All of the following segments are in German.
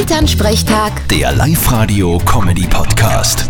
Elternsprechtag, Der Live-Radio-Comedy-Podcast.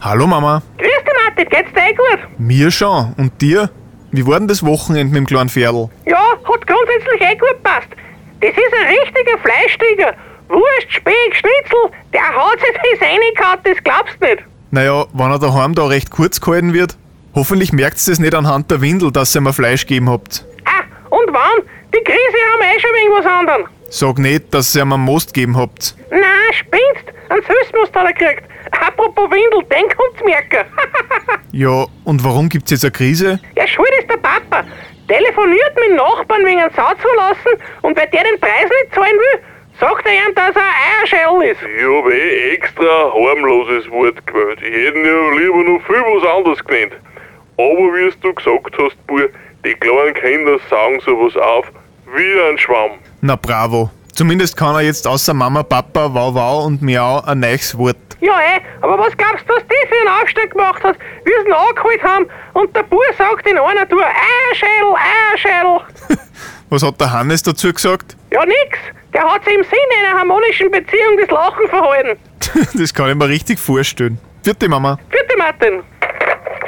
Hallo Mama. Grüß dich, Matti, geht's dir eh gut? Mir schon. Und dir? Wie war denn das Wochenende mit dem kleinen Pferdl? Ja, hat grundsätzlich eh gut gepasst. Das ist ein richtiger Fleischtiger. Wurst, Speck, Schnitzel, der hat sich das reingehauen, das glaubst nicht. Naja, wenn er daheim da recht kurz gehalten wird. Hoffentlich merkt's das nicht anhand der Windel, dass ihr mir Fleisch gegeben habt. Ah, und wann? Die Krise haben eh schon wegen was anderem. Sag nicht, dass ihr mir Most gegeben habt. Na, spinnst, einen Süßmust hat er gekriegt. Apropos Windel, den kommt's merken. Ja, und warum gibt's jetzt eine Krise? ja, schuld ist der Papa. Telefoniert mit dem Nachbarn wegen einem Sau zu lassen und weil der den Preis nicht zahlen will, sagt er ihm, dass er ein Eierschell ist. Ich hab eh extra harmloses Wort gewählt. Ich hätte ja lieber noch viel was anderes genannt. Aber wie es du gesagt hast, Bur, die kleinen Kinder sagen sowas auf wie ein Schwamm. Na bravo. Zumindest kann er jetzt außer Mama, Papa, Wow Wow und Miau ein neues Wort. Ja, ey, aber was glaubst du, was die für einen Aufstand gemacht hat? Wir sind angeholt haben und der Bub sagt in einer Tour, "Äh, Eierschädel, Eierschädel. Was hat der Hannes dazu gesagt? Ja, nix. Der hat sich im Sinne einer harmonischen Beziehung das Lachen verhalten. das kann ich mir richtig vorstellen. Vierte Mama. Vierte Martin.